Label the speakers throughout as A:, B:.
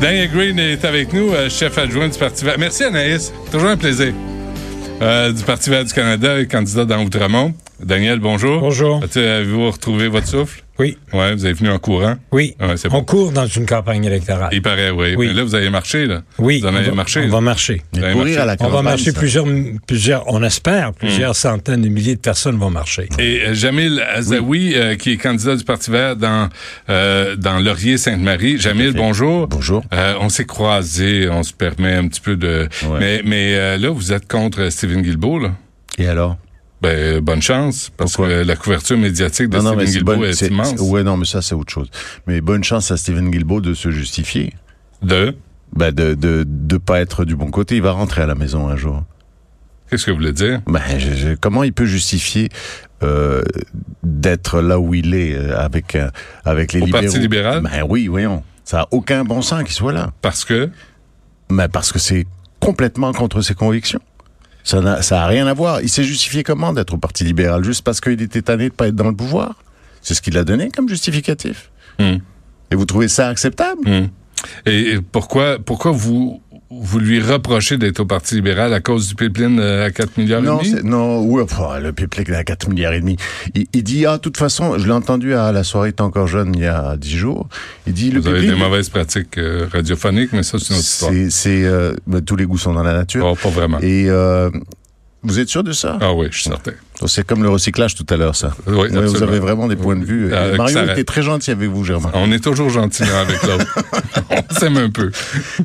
A: Daniel Green est avec nous, euh, chef adjoint du Parti vert. Merci Anaïs, toujours un plaisir. Euh, du Parti vert du Canada et candidat dans Outremont. Daniel, bonjour.
B: Bonjour.
A: As-tu- Avez-vous retrouvé votre souffle?
B: Oui,
A: Oui, vous êtes venu en courant.
B: oui.
A: Ouais, c'est
B: on
A: bon.
B: court dans une campagne électorale.
A: Il paraît, oui.
B: Oui.
A: Mais là, vous avez marché, là.
B: Oui,
A: Vous en avez
B: on va,
A: marché.
B: on
A: là.
B: va marcher.
A: Vous avez
C: Courir
A: marché.
C: à la
B: On va
C: campagne,
B: marcher
C: ça.
B: plusieurs, plusieurs, on espère, plusieurs
A: Mm.
B: centaines de milliers de personnes vont marcher.
A: Et euh, Jamil Azaoui, euh, qui est candidat du Parti vert dans, euh, dans Laurier-Sainte-Marie. Jamil, bonjour.
C: Bonjour.
A: Euh, on s'est croisés, on se permet un petit peu de...
C: Ouais.
A: Mais, mais euh, là, vous êtes contre Stephen Guilbeault, là?
C: Et alors?
A: Ben, bonne chance, parce
C: Pourquoi?
A: que la couverture médiatique de Stephen
C: c'est
A: Guilbeault
C: bonne-
A: est
C: c'est-
A: immense.
C: c'est- Ouais, non, mais ça, c'est autre chose. Mais bonne chance à Steven Guilbeault de se justifier.
A: De?
C: Bah, de, de, de pas être du bon côté. Il va rentrer à la maison un jour.
A: Qu'est-ce que vous voulez dire?
C: Ben, je- je- comment il peut justifier euh, d'être là où il est euh, avec, euh, avec les
A: Au
C: libéraux?
A: Parti libéral?
C: Ben oui, voyons. Ça n'a aucun bon sens qu'il soit là.
A: Parce que...
C: Ben, parce que c'est complètement contre ses convictions. Ça n'a ça a rien à voir. Il s'est justifié comment d'être au Parti libéral Juste parce qu'il était tanné de pas être dans le pouvoir C'est ce qu'il a donné comme justificatif.
A: Hmm.
C: Et vous trouvez ça acceptable
A: Hmm. Et et pourquoi, pourquoi vous, vous lui reprochez d'être au Parti libéral à cause du pipeline euh, à 4 milliards
C: Non,
A: et demi?
C: c'est- non, oui, pff, le public à 4 milliards et demi. Il, il dit, ah, de toute façon, je l'ai entendu à la soirée T'es encore jeune il y a 10 jours. Il dit, le
A: Vous avez
C: public.
A: des mauvaises pratiques euh, radiophoniques, mais ça, c'est une autre histoire.
C: C'est, c'est, euh, ben, tous les goûts sont dans la nature.
A: Oh, pas vraiment.
C: Et euh, vous êtes sûr de ça
A: Ah oui, je suis certain.
C: C'est comme le recyclage tout à l'heure, ça.
A: Oui,
C: Ouais, vous
A: absolument.
C: avez vraiment des points de vue. Et
A: Euh, que
C: Mario
A: ça- Ah.
C: était très gentil avec vous, Germain.
A: On est toujours gentils l'un avec l'autre. On s'aime un peu.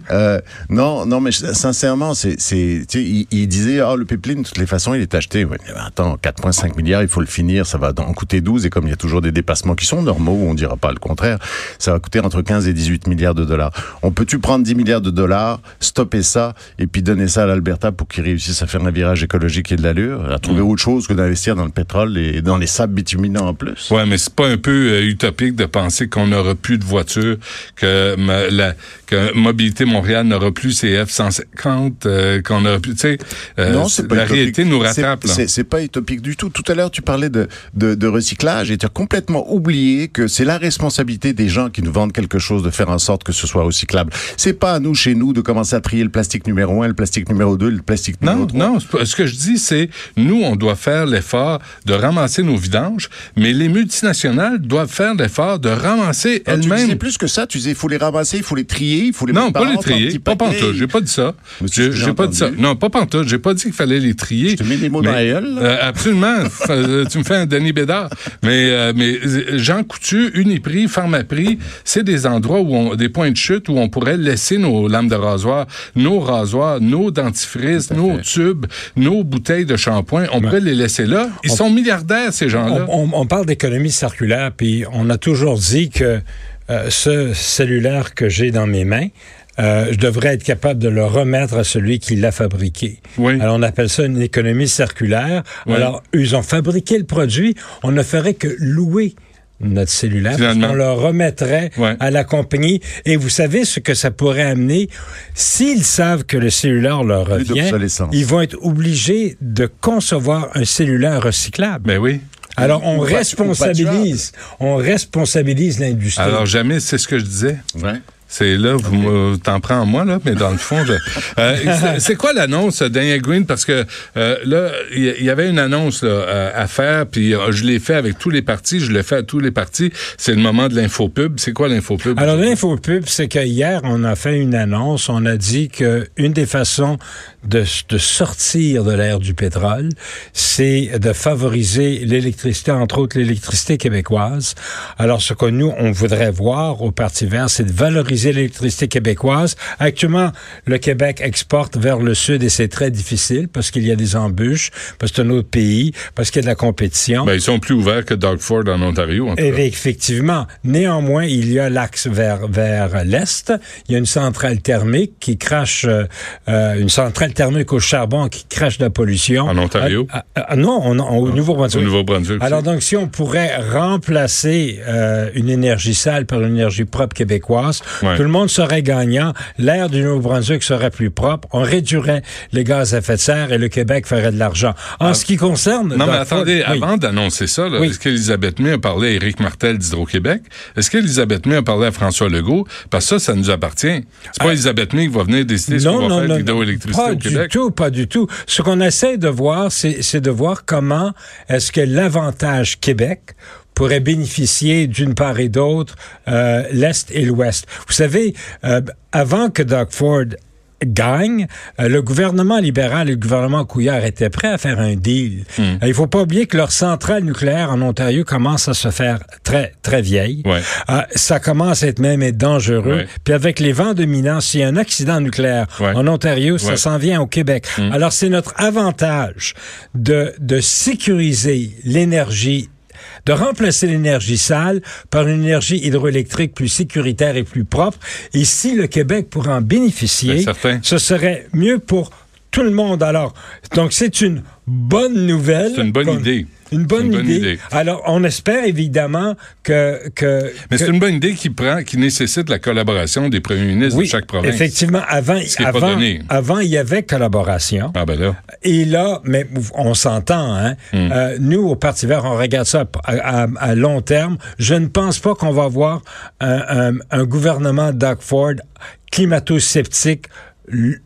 C: Euh, non, non, mais je- sincèrement, c'est, c'est, tu sais, il, il disait, ah, le pipeline, de toutes les façons, il est acheté. Ouais, mais attends, 4,5 milliards, il faut le finir, ça va en coûter 12, et comme il y a toujours des dépassements qui sont normaux, on dira pas le contraire, ça va coûter entre 15 et 18 milliards de dollars. On peut-tu prendre 10 milliards de dollars, stopper ça, et puis donner ça à l'Alberta pour qu'ils réussissent à faire un virage écologique et de l'allure, à
A: Mm.
C: trouver autre chose que d'investir dans le pétrole et dans les sables bitumineux en plus?
A: Ouais, mais c'est pas un peu euh, utopique de penser qu'on n'aura plus de voitures, que, ma- la, que Mobilité Montréal n'aura plus ses F-150, euh, qu'on n'aura plus. Tu sais, euh,
C: non, c'est pas
A: la
C: utopique.
A: réalité nous
C: C'est-
A: rattrape. là.
C: C'est c'est pas utopique du tout. Tout à l'heure, tu parlais de, de, de recyclage et tu as complètement oublié que c'est la responsabilité des gens qui nous vendent quelque chose de faire en sorte que ce soit recyclable. C'est pas à nous, chez nous, de commencer à trier le plastique numéro 1, le plastique numéro 2, le plastique numéro
A: Non,
C: 3.
A: non, c'est pas- ce que je dis, c'est nous, on doit faire l'effort de ramasser nos vidanges, mais les multinationales doivent faire l'effort de ramasser
C: Alors, Ah, tu disais
A: elles-mêmes.
C: plus que ça. Tu disais, il faut les ramasser, il faut les trier, il faut les
A: Non,
C: mettre
A: pas
C: par
A: les
C: ordre, par
A: trier,
C: petit
A: pas
C: paquet.
A: pantoute, j'ai pas dit ça.
C: Mais c'est ce
A: J'ai
C: que j'ai
A: j'ai pas dit ça.
C: entendu.
A: Non, pas pantoute, j'ai pas dit qu'il fallait les trier.
C: Je te mets des mots dans la gueule, là.
A: Euh, absolument. F- euh, tu me fais un Denis Bédard. Mais, euh, mais euh, Jean Coutu, Uniprix, Pharmaprix, c'est des endroits où on, des points de chute où on pourrait laisser nos lames de rasoir, nos rasoirs, nos dentifrices, nos tubes, nos bouteilles de shampoing. On pourrait les laisser là. Ils sont milliardaires, ces gens-là.
B: On, on- on parle d'économie circulaire, puis on a toujours dit que euh, ce cellulaire que j'ai dans mes mains, euh, je devrais être capable de le remettre à celui qui l'a fabriqué.
A: Oui.
B: Alors, on appelle ça une économie circulaire.
A: Oui.
B: Alors, ils ont fabriqué le produit. On ne ferait que louer notre cellulaire. parce
A: Finalement.
B: qu'on le remettrait
A: Ouais.
B: à la compagnie. Et vous savez ce que ça pourrait amener? S'ils savent que le cellulaire leur
C: Plus
B: revient,
C: d'obsolescence.
B: ils vont être obligés de concevoir un cellulaire recyclable.
A: Ben oui.
B: Alors, on
C: Ou pas-
B: responsabilise. On responsabilise l'industrie.
A: Alors jamais, c'est ce que je disais.
C: Ouais.
A: C'est là, vous me- t'en prends en moi, là, mais dans le fond, je- Euh, c'est- c'est quoi l'annonce, euh, Daniel Green? Parce que euh, là, il y- il y, avait une annonce là, euh, à faire, puis euh, je l'ai fait avec tous les partis, je l'ai fait à tous les partis. C'est le moment de l'infopub. C'est quoi l'infopub?
B: Alors, l'info pub, c'est qu'hier, on a fait une annonce. On a dit que une des façons de, de sortir de l'ère du pétrole, c'est de favoriser l'électricité, entre autres l'électricité québécoise. Alors, ce que nous, on voudrait voir au Parti vert, c'est de valoriser l'électricité québécoise. Actuellement, le Québec exporte vers le sud et c'est très difficile parce qu'il y a des embûches, parce que c'est un autre pays, parce qu'il y a de la compétition.
A: Ben, ils sont plus ouverts que Doug Ford en Ontario, en tout
B: Eh
A: cas.
B: bien, Effectivement. Néanmoins, il y a l'axe vers, vers l'est. Il y a une centrale thermique qui crache, euh, euh, une centrale thermique au charbon qui crache de la pollution.
A: En Ontario?
B: Ah, ah, ah, non, on- on- au
A: Au
B: Nouveau-Brunswick.
A: Nouveau-Brunswick.
B: Alors donc, si on pourrait remplacer euh, une énergie sale par une énergie propre québécoise,
A: Ouais.
B: Tout le monde serait gagnant. L'air du Nouveau-Brunswick serait plus propre. On réduirait les gaz à effet de serre et le Québec ferait de l'argent. En ce qui concerne...
A: Ah. Non,
B: dans
A: mais
B: le fond,
A: attendez,
B: oui.
A: avant d'annoncer ça, là,
B: Oui.
A: est-ce qu'Elisabeth May a parlé à Éric Martel d'Hydro-Québec? Est-ce qu'Elisabeth May a parlé à François Legault? Parce que ça, ça nous appartient. C'est
B: Ah.
A: pas Elisabeth May qui va venir décider ce qu'on va faire de l'hydroélectricité
B: pas
A: au
B: du
A: Québec.
B: tout, pas du tout. Ce qu'on essaie de voir, c'est c'est de voir comment est-ce que l'avantage Québec pourrait bénéficier d'une part et d'autre euh, l'Est et l'Ouest. Vous savez, euh, avant que Doug Ford gagne, euh, le gouvernement libéral et le gouvernement Couillard étaient prêts à faire un deal.
A: Hmm.
B: Euh, Il faut pas oublier que leur centrale nucléaire en Ontario commence à se faire très, très vieille.
A: Ouais.
B: Euh, ça commence à être même être dangereux.
A: Ouais.
B: Puis avec les vents dominants, s'il y a un accident nucléaire
A: Ouais.
B: en Ontario, ça
A: Ouais. Mm.
B: s'en vient au Québec. Alors, c'est notre avantage de, de sécuriser l'énergie de remplacer l'énergie sale par une énergie hydroélectrique plus sécuritaire et plus propre. Et si le Québec pourrait en bénéficier,
A: C'est certain.
B: ce serait mieux pour tout le monde. Alors, donc c'est une bonne nouvelle.
A: C'est une bonne
B: Comme-
A: idée.
B: Une bonne,
A: Une bonne
B: idée.
A: idée.
B: Alors, on espère évidemment que... que
A: Mais
B: que-
A: c'est une bonne idée qui prend, qui nécessite la collaboration des premiers ministres de chaque province.
B: Effectivement, avant,
A: qui est pas
B: avant,
A: donné.
B: avant, il y avait collaboration.
A: Ah ben là.
B: Et là, mais on s'entend, hein?
A: Hmm.
B: Euh, nous, au Parti vert, on regarde ça à, à- à long terme. Je ne pense pas qu'on va avoir un, un- un gouvernement Doug Ford climato-sceptique l-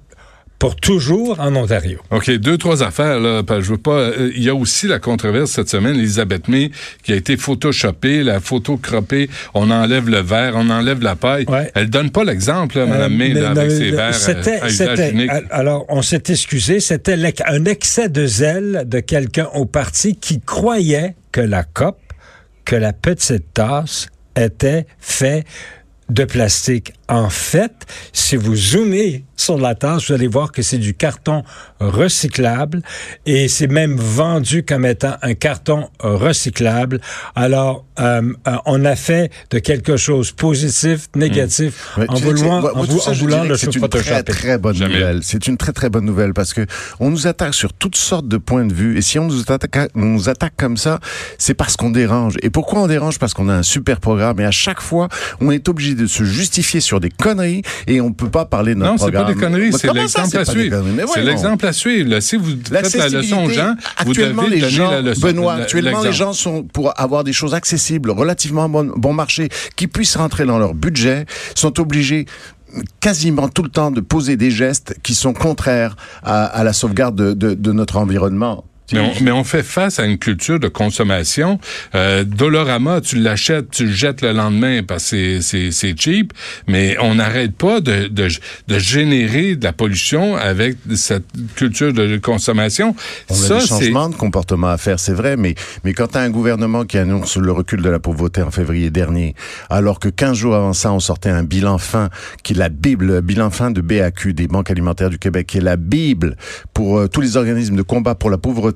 B: pour toujours en Ontario.
A: OK, deux, trois affaires, là, parce que je veux pas... euh, Il y a aussi la controverse cette semaine, Elisabeth May, qui a été photoshopée, la photo croppée, on enlève le verre, on enlève la paille.
B: Ouais.
A: Elle donne pas l'exemple, là, Mme
B: Euh,
A: May,
B: mais-
A: là,
B: mais-
A: avec ses verres
B: c'était-
A: euh, à usage
B: c'était-
A: unique.
B: al- Alors, on s'est excusé. C'était l'ec- un excès de zèle de quelqu'un au parti qui croyait que la COP, que la petite tasse, était fait de plastique. En fait, si vous zoomez sur la tasse, vous allez voir que c'est du carton recyclable et c'est même vendu comme étant un carton recyclable. Alors, euh, euh, on a fait de quelque chose positif, négatif,
C: Ouais,
B: en,
C: Mmh. tu sais, tu sais,
B: voulant,
C: moi-
B: en,
C: moi, tout
B: vou-
C: ça,
B: en
C: je
B: voulant
C: dirais
B: le
C: que C'est une très,
B: photoshopper.
C: très bonne
A: Jamais.
C: nouvelle. C'est une très, très bonne nouvelle parce que on nous attaque sur toutes sortes de points de vue. Et si on nous attaque, on nous attaque comme ça, c'est parce qu'on dérange. Et pourquoi on dérange? Parce qu'on a un super programme. Et à chaque fois, on est obligé de se justifier sur des conneries et on peut pas parler de notre
A: Non, c'est pas
C: programme.
A: des conneries,
C: Mais
A: c'est
C: comment ça,
A: l'exemple
C: c'est
A: à
C: pas des
A: suivre.
C: conneries? Mais
A: C'est
C: voyons.
A: l'exemple à suivre. là. Si vous faites la leçon aux gens, vous devez
C: Actuellement, les
A: donner
C: gens,
A: la leçon.
C: Benoît,
A: la-
C: actuellement, les
A: l'exemple.
C: gens sont pour avoir des choses accessibles, relativement bon, bon marché, qui puissent rentrer dans leur budget, sont obligés quasiment tout le temps de poser des gestes qui sont contraires à, à la sauvegarde de, de- de notre environnement.
A: Mais on, mais on fait face à une culture de consommation. Euh, Dolorama, tu l'achètes, tu le jettes le lendemain parce que c'est- c'est c'est cheap, mais on n'arrête pas de, de, de générer de la pollution avec cette culture de consommation.
C: On a des changements de comportement à faire, c'est vrai, mais, mais quand tu as un gouvernement qui annonce le recul de la pauvreté en février dernier, alors que 15 jours avant ça, on sortait un bilan fin, qui est la Bible, le bilan fin de BAQ, des banques alimentaires du Québec, qui est la Bible pour euh, tous les organismes de combat pour la pauvreté,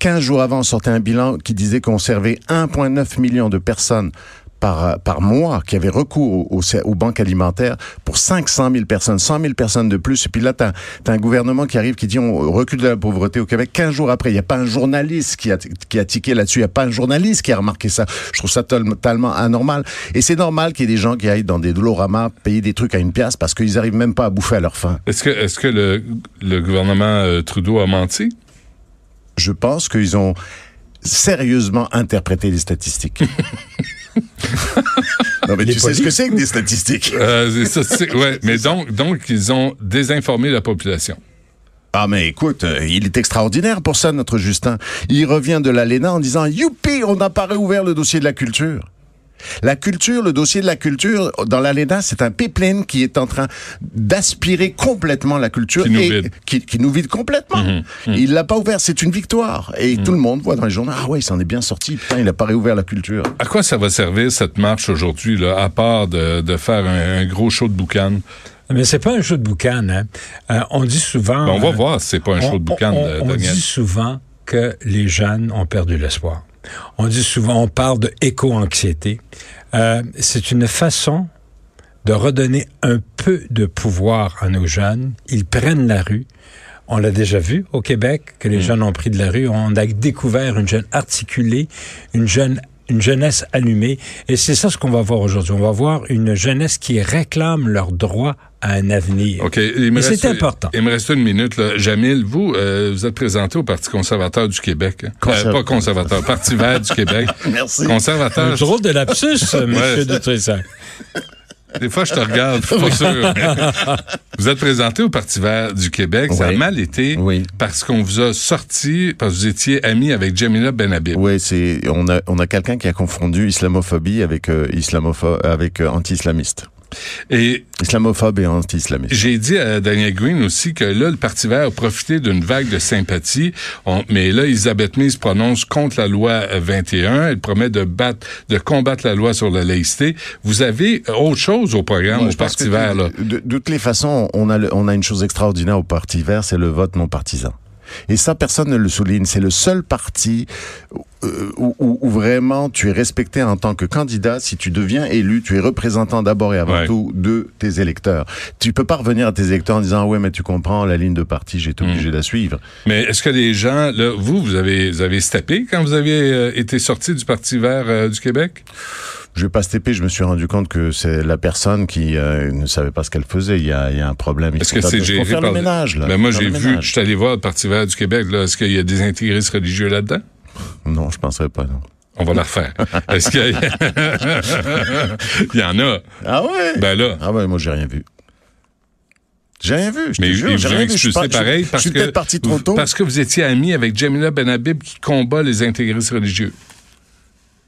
C: 15 jours avant, on sortait un bilan qui disait qu'on servait 1,9 million de personnes par, euh, par mois qui avaient recours aux, aux- aux banques alimentaires pour 500 000 personnes, 100 000 personnes de plus. Et puis là, tu as, un gouvernement qui arrive qui dit on recule de la pauvreté au Québec 15 jours après. Il n'y a pas un journaliste qui a, qui a tiqué là-dessus. Il n'y a pas un journaliste qui a remarqué ça. Je trouve ça tol- totalement anormal. Et c'est normal qu'il y ait des gens qui aillent dans des doloramas payer des trucs à une pièce parce qu'ils n'arrivent même pas à bouffer à leur faim.
A: Est-ce que, est que le, le gouvernement euh, Trudeau a menti?
C: Je pense qu'ils ont sérieusement interprété les statistiques. non mais
B: Il est
C: tu sais ce
B: poli.
C: que c'est que des statistiques
A: Euh, c'est ça, c'est- ouais, mais donc, donc, ils ont désinformé la population.
C: Ah mais écoute, euh, il est extraordinaire pour ça notre Justin. Il revient de l'ALENA en disant youpi, on n'a pas réouvert le dossier de la culture. La culture, le dossier de la culture dans l'ALENA, c'est un pipeline qui est en train d'aspirer complètement la culture
A: Qui nous
C: et
A: vide. Mmh,
C: Qui, qui nous vide complètement. Il l'a pas ouvert, c'est une victoire et tout le monde voit dans les journaux ah ouais, il s'en est bien sorti, putain, il a pas réouvert la culture.
A: À quoi ça va servir cette marche aujourd'hui, là, à part de, de faire un, un gros show de boucan?
B: Mais c'est pas un show de boucan. Hein. Euh, on dit souvent...
A: Ben, on va
B: euh,
A: voir si c'est pas un show de boucan,
B: on-
A: euh,
B: on
A: Daniel.
B: dit souvent que les jeunes ont perdu l'espoir. On dit souvent, on parle de éco-anxiété. Euh, c'est une façon de redonner un peu de pouvoir à nos jeunes. Ils prennent la rue. On l'a déjà vu
A: Hmm.
B: au Québec, que les jeunes ont pris de la rue. On a découvert une jeune articulée, une jeune une jeunesse allumée. Et c'est ça ce qu'on va voir aujourd'hui. On va voir une jeunesse qui réclame leurs droits à un avenir.
A: OK. Il
B: Mais
A: me
B: c'est
A: reste-
B: important.
A: Il me reste une minute. Là. Jamil, vous, euh, vous êtes présenté au Parti conservateur du Québec. hein?
C: Conservateur.
A: Euh, pas conservateur, Parti vert du Québec.
C: Merci.
A: Conservateur.
B: Un drôle de lapsus, monsieur de Trissac.
A: Des fois, je te regarde, je suis pas sûr. vous êtes présenté au Parti vert du Québec. Ça a
C: Oui.
A: mal été
C: Oui.
A: parce qu'on vous a sorti, parce que vous étiez ami avec Jamila Benhabib.
C: Oui, c'est on a on a quelqu'un qui a confondu islamophobie avec euh, islamopho- avec euh, anti-islamiste.
A: Et
C: Islamophobe et anti-islamiste.
A: J'ai dit à Daniel Green aussi que là, le Parti vert a profité d'une vague de sympathie. On- mais là, Elisabeth May se prononce contre la loi euh, 21. Elle promet de battre, de combattre la loi sur la laïcité. Vous avez euh, autre chose au programme
C: Moi,
A: au
C: je pense
A: Parti
C: que
A: vert, là.
C: de, de- de toutes les façons, on a le- on a une chose extraordinaire au Parti Vert, c'est le vote non partisan. Et ça, personne ne le souligne. C'est le seul parti euh, où, où- où vraiment tu es respecté en tant que candidat. Si tu deviens élu, tu es représentant d'abord et avant
A: Ouais.
C: tout de tes électeurs. Tu peux pas revenir à tes électeurs en disant ah ouais mais tu comprends la ligne de parti, j'ai été
A: Mm.
C: obligé de la suivre.
A: Mais est-ce que les gens, là, vous, vous avez, vous avez steppé quand vous avez euh, été sorti du Parti vert euh, du Québec?
C: Je vais pas stepper, je me suis rendu compte que c'est la personne qui euh, ne savait pas ce qu'elle faisait. Il y a, il y a un problème. Il
A: Est-ce
C: faut
A: que
C: faire-
A: c'est
C: faut
A: géré
C: faire
A: par...
C: le ménage là.
A: Ben, moi,
C: Faut faire
A: j'ai
C: le
A: vu,
C: ménage.
A: je suis allé voir le Parti vert du Québec, là. Est-ce qu'il y a des intégristes religieux là-dedans?
C: Non, je penserais pas non.
A: On va la refaire. Est-ce qu'il y a- Il y en a.
C: Ah ouais.
A: Ben là.
C: Ah ouais, moi j'ai rien vu. J'ai rien vu. Je
A: Mais
C: te
A: je
C: jure, j'ai
A: vous
C: rien vu. Je suis
A: excusez
C: pas- je-
A: pareil
C: Je
A: parce
C: suis
A: que
C: peut-être parti trop
A: vous-
C: tôt.
A: parce que vous étiez ami avec Jamila Benhabib qui combat les intégristes religieux.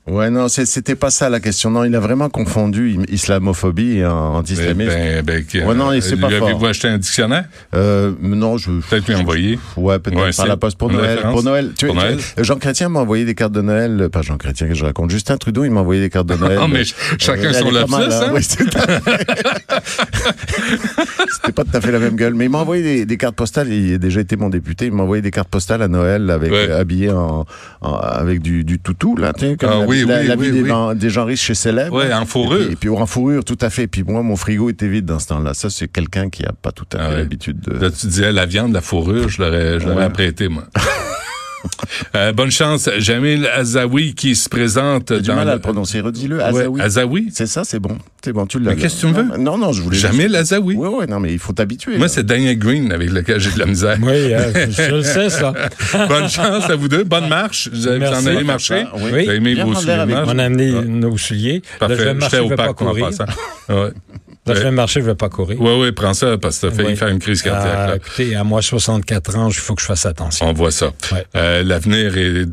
C: Ouais, non, c'est- c'était pas ça la question. Non, il a vraiment confondu im- islamophobie et euh,
A: Eh
C: antislamisme.
A: Ben, ben, qui-
C: Ouais, non, et c'est
A: lui
C: pas fort.
A: avez-vous acheté un dictionnaire
C: Euh, non, je.
A: Peut-être lui envoyer.
C: Ouais, peut-être
A: Ouais, c'est-
C: par la poste pour
A: une
C: Noël.
A: référence.
C: Pour Noël. Tu-
A: Pour
C: tu-
A: Noël.
C: Jean Chrétien m'a envoyé des cartes de Noël. euh, Pas Jean Chrétien que je raconte. Justin Trudeau, il m'a envoyé des cartes de Noël.
A: Non, mais
C: Euh,
A: ch- chacun
C: elle
A: son
C: est pas mal,
A: lapsus, hein?
C: Oui, c'est- C'était pas tout à fait la même gueule. Mais il m'a envoyé des, des cartes postales. Il a déjà été mon député. Il m'a envoyé des cartes postales à Noël avec,
A: Ouais.
C: euh, habillé en, en- avec du, du toutou, là. Tu sais, comme
A: Ah
C: la,
A: oui,
C: la-
A: oui,
C: la
A: oui,
C: vie des,
A: oui.
C: gens- des gens riches chez Célèbre.
A: Ouais, en fourrure.
C: Et puis, et puis en fourrure, tout à fait. Et puis moi, mon frigo était vide dans ce temps-là. Ça, c'est quelqu'un qui a pas tout à fait
A: Ah ouais.
C: l'habitude de.
A: Là, tu disais la viande, la fourrure, je l'aurais, je l'aurais
C: Ouais.
A: apprêté, moi. Euh, bonne chance, Jamil Azaoui qui se présente
C: J'ai du
A: dans
C: mal à le
A: le-
C: prononcer. Redis-le.
A: Ouais,
C: Azaoui.
A: Azaoui?
C: C'est ça, c'est bon. C'est bon, tu l'as.
A: Mais qu'est-ce que tu me veux?
C: Non, non, je voulais.
A: Jamil Azaoui.
C: Oui, oui, non, mais il faut t'habituer.
A: Moi,
C: là.
A: c'est Daniel Green avec lequel j'ai de la misère.
B: Oui, euh, je le sais, ça.
A: bonne chance à vous deux. Bonne marche. Vous avez- vous
B: Merci.
A: en allez marcher.
C: Ah, oui.
A: Vous avez aimé
C: Viens
A: vos
C: prendre
A: sujets
C: l'air
A: de
C: avec
A: marche?
B: On a amené nos souliers. Là, je vais
A: Parfait.
B: marcher,
A: J'étais
B: je
A: au
B: vais pas
A: parc en
B: courir.
A: passant. Ouais.
B: Là, je vais marcher, je vais pas courir.
A: Oui, oui, prends ça parce que t'as failli
B: Oui.
A: faire une crise cardiaque.
B: Ah,
A: là.
B: écoutez, à moi, 64 ans, il faut que je fasse attention.
A: On voit ça.
B: Ah. Ouais.
A: Euh, L'avenir est,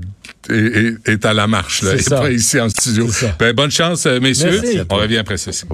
A: est, est- est à la marche, là,
B: C'est
A: et
B: ça.
A: pas ici en studio.
B: C'est ça.
A: Ben, bonne chance, euh, messieurs.
B: Merci.
A: On revient après ceci.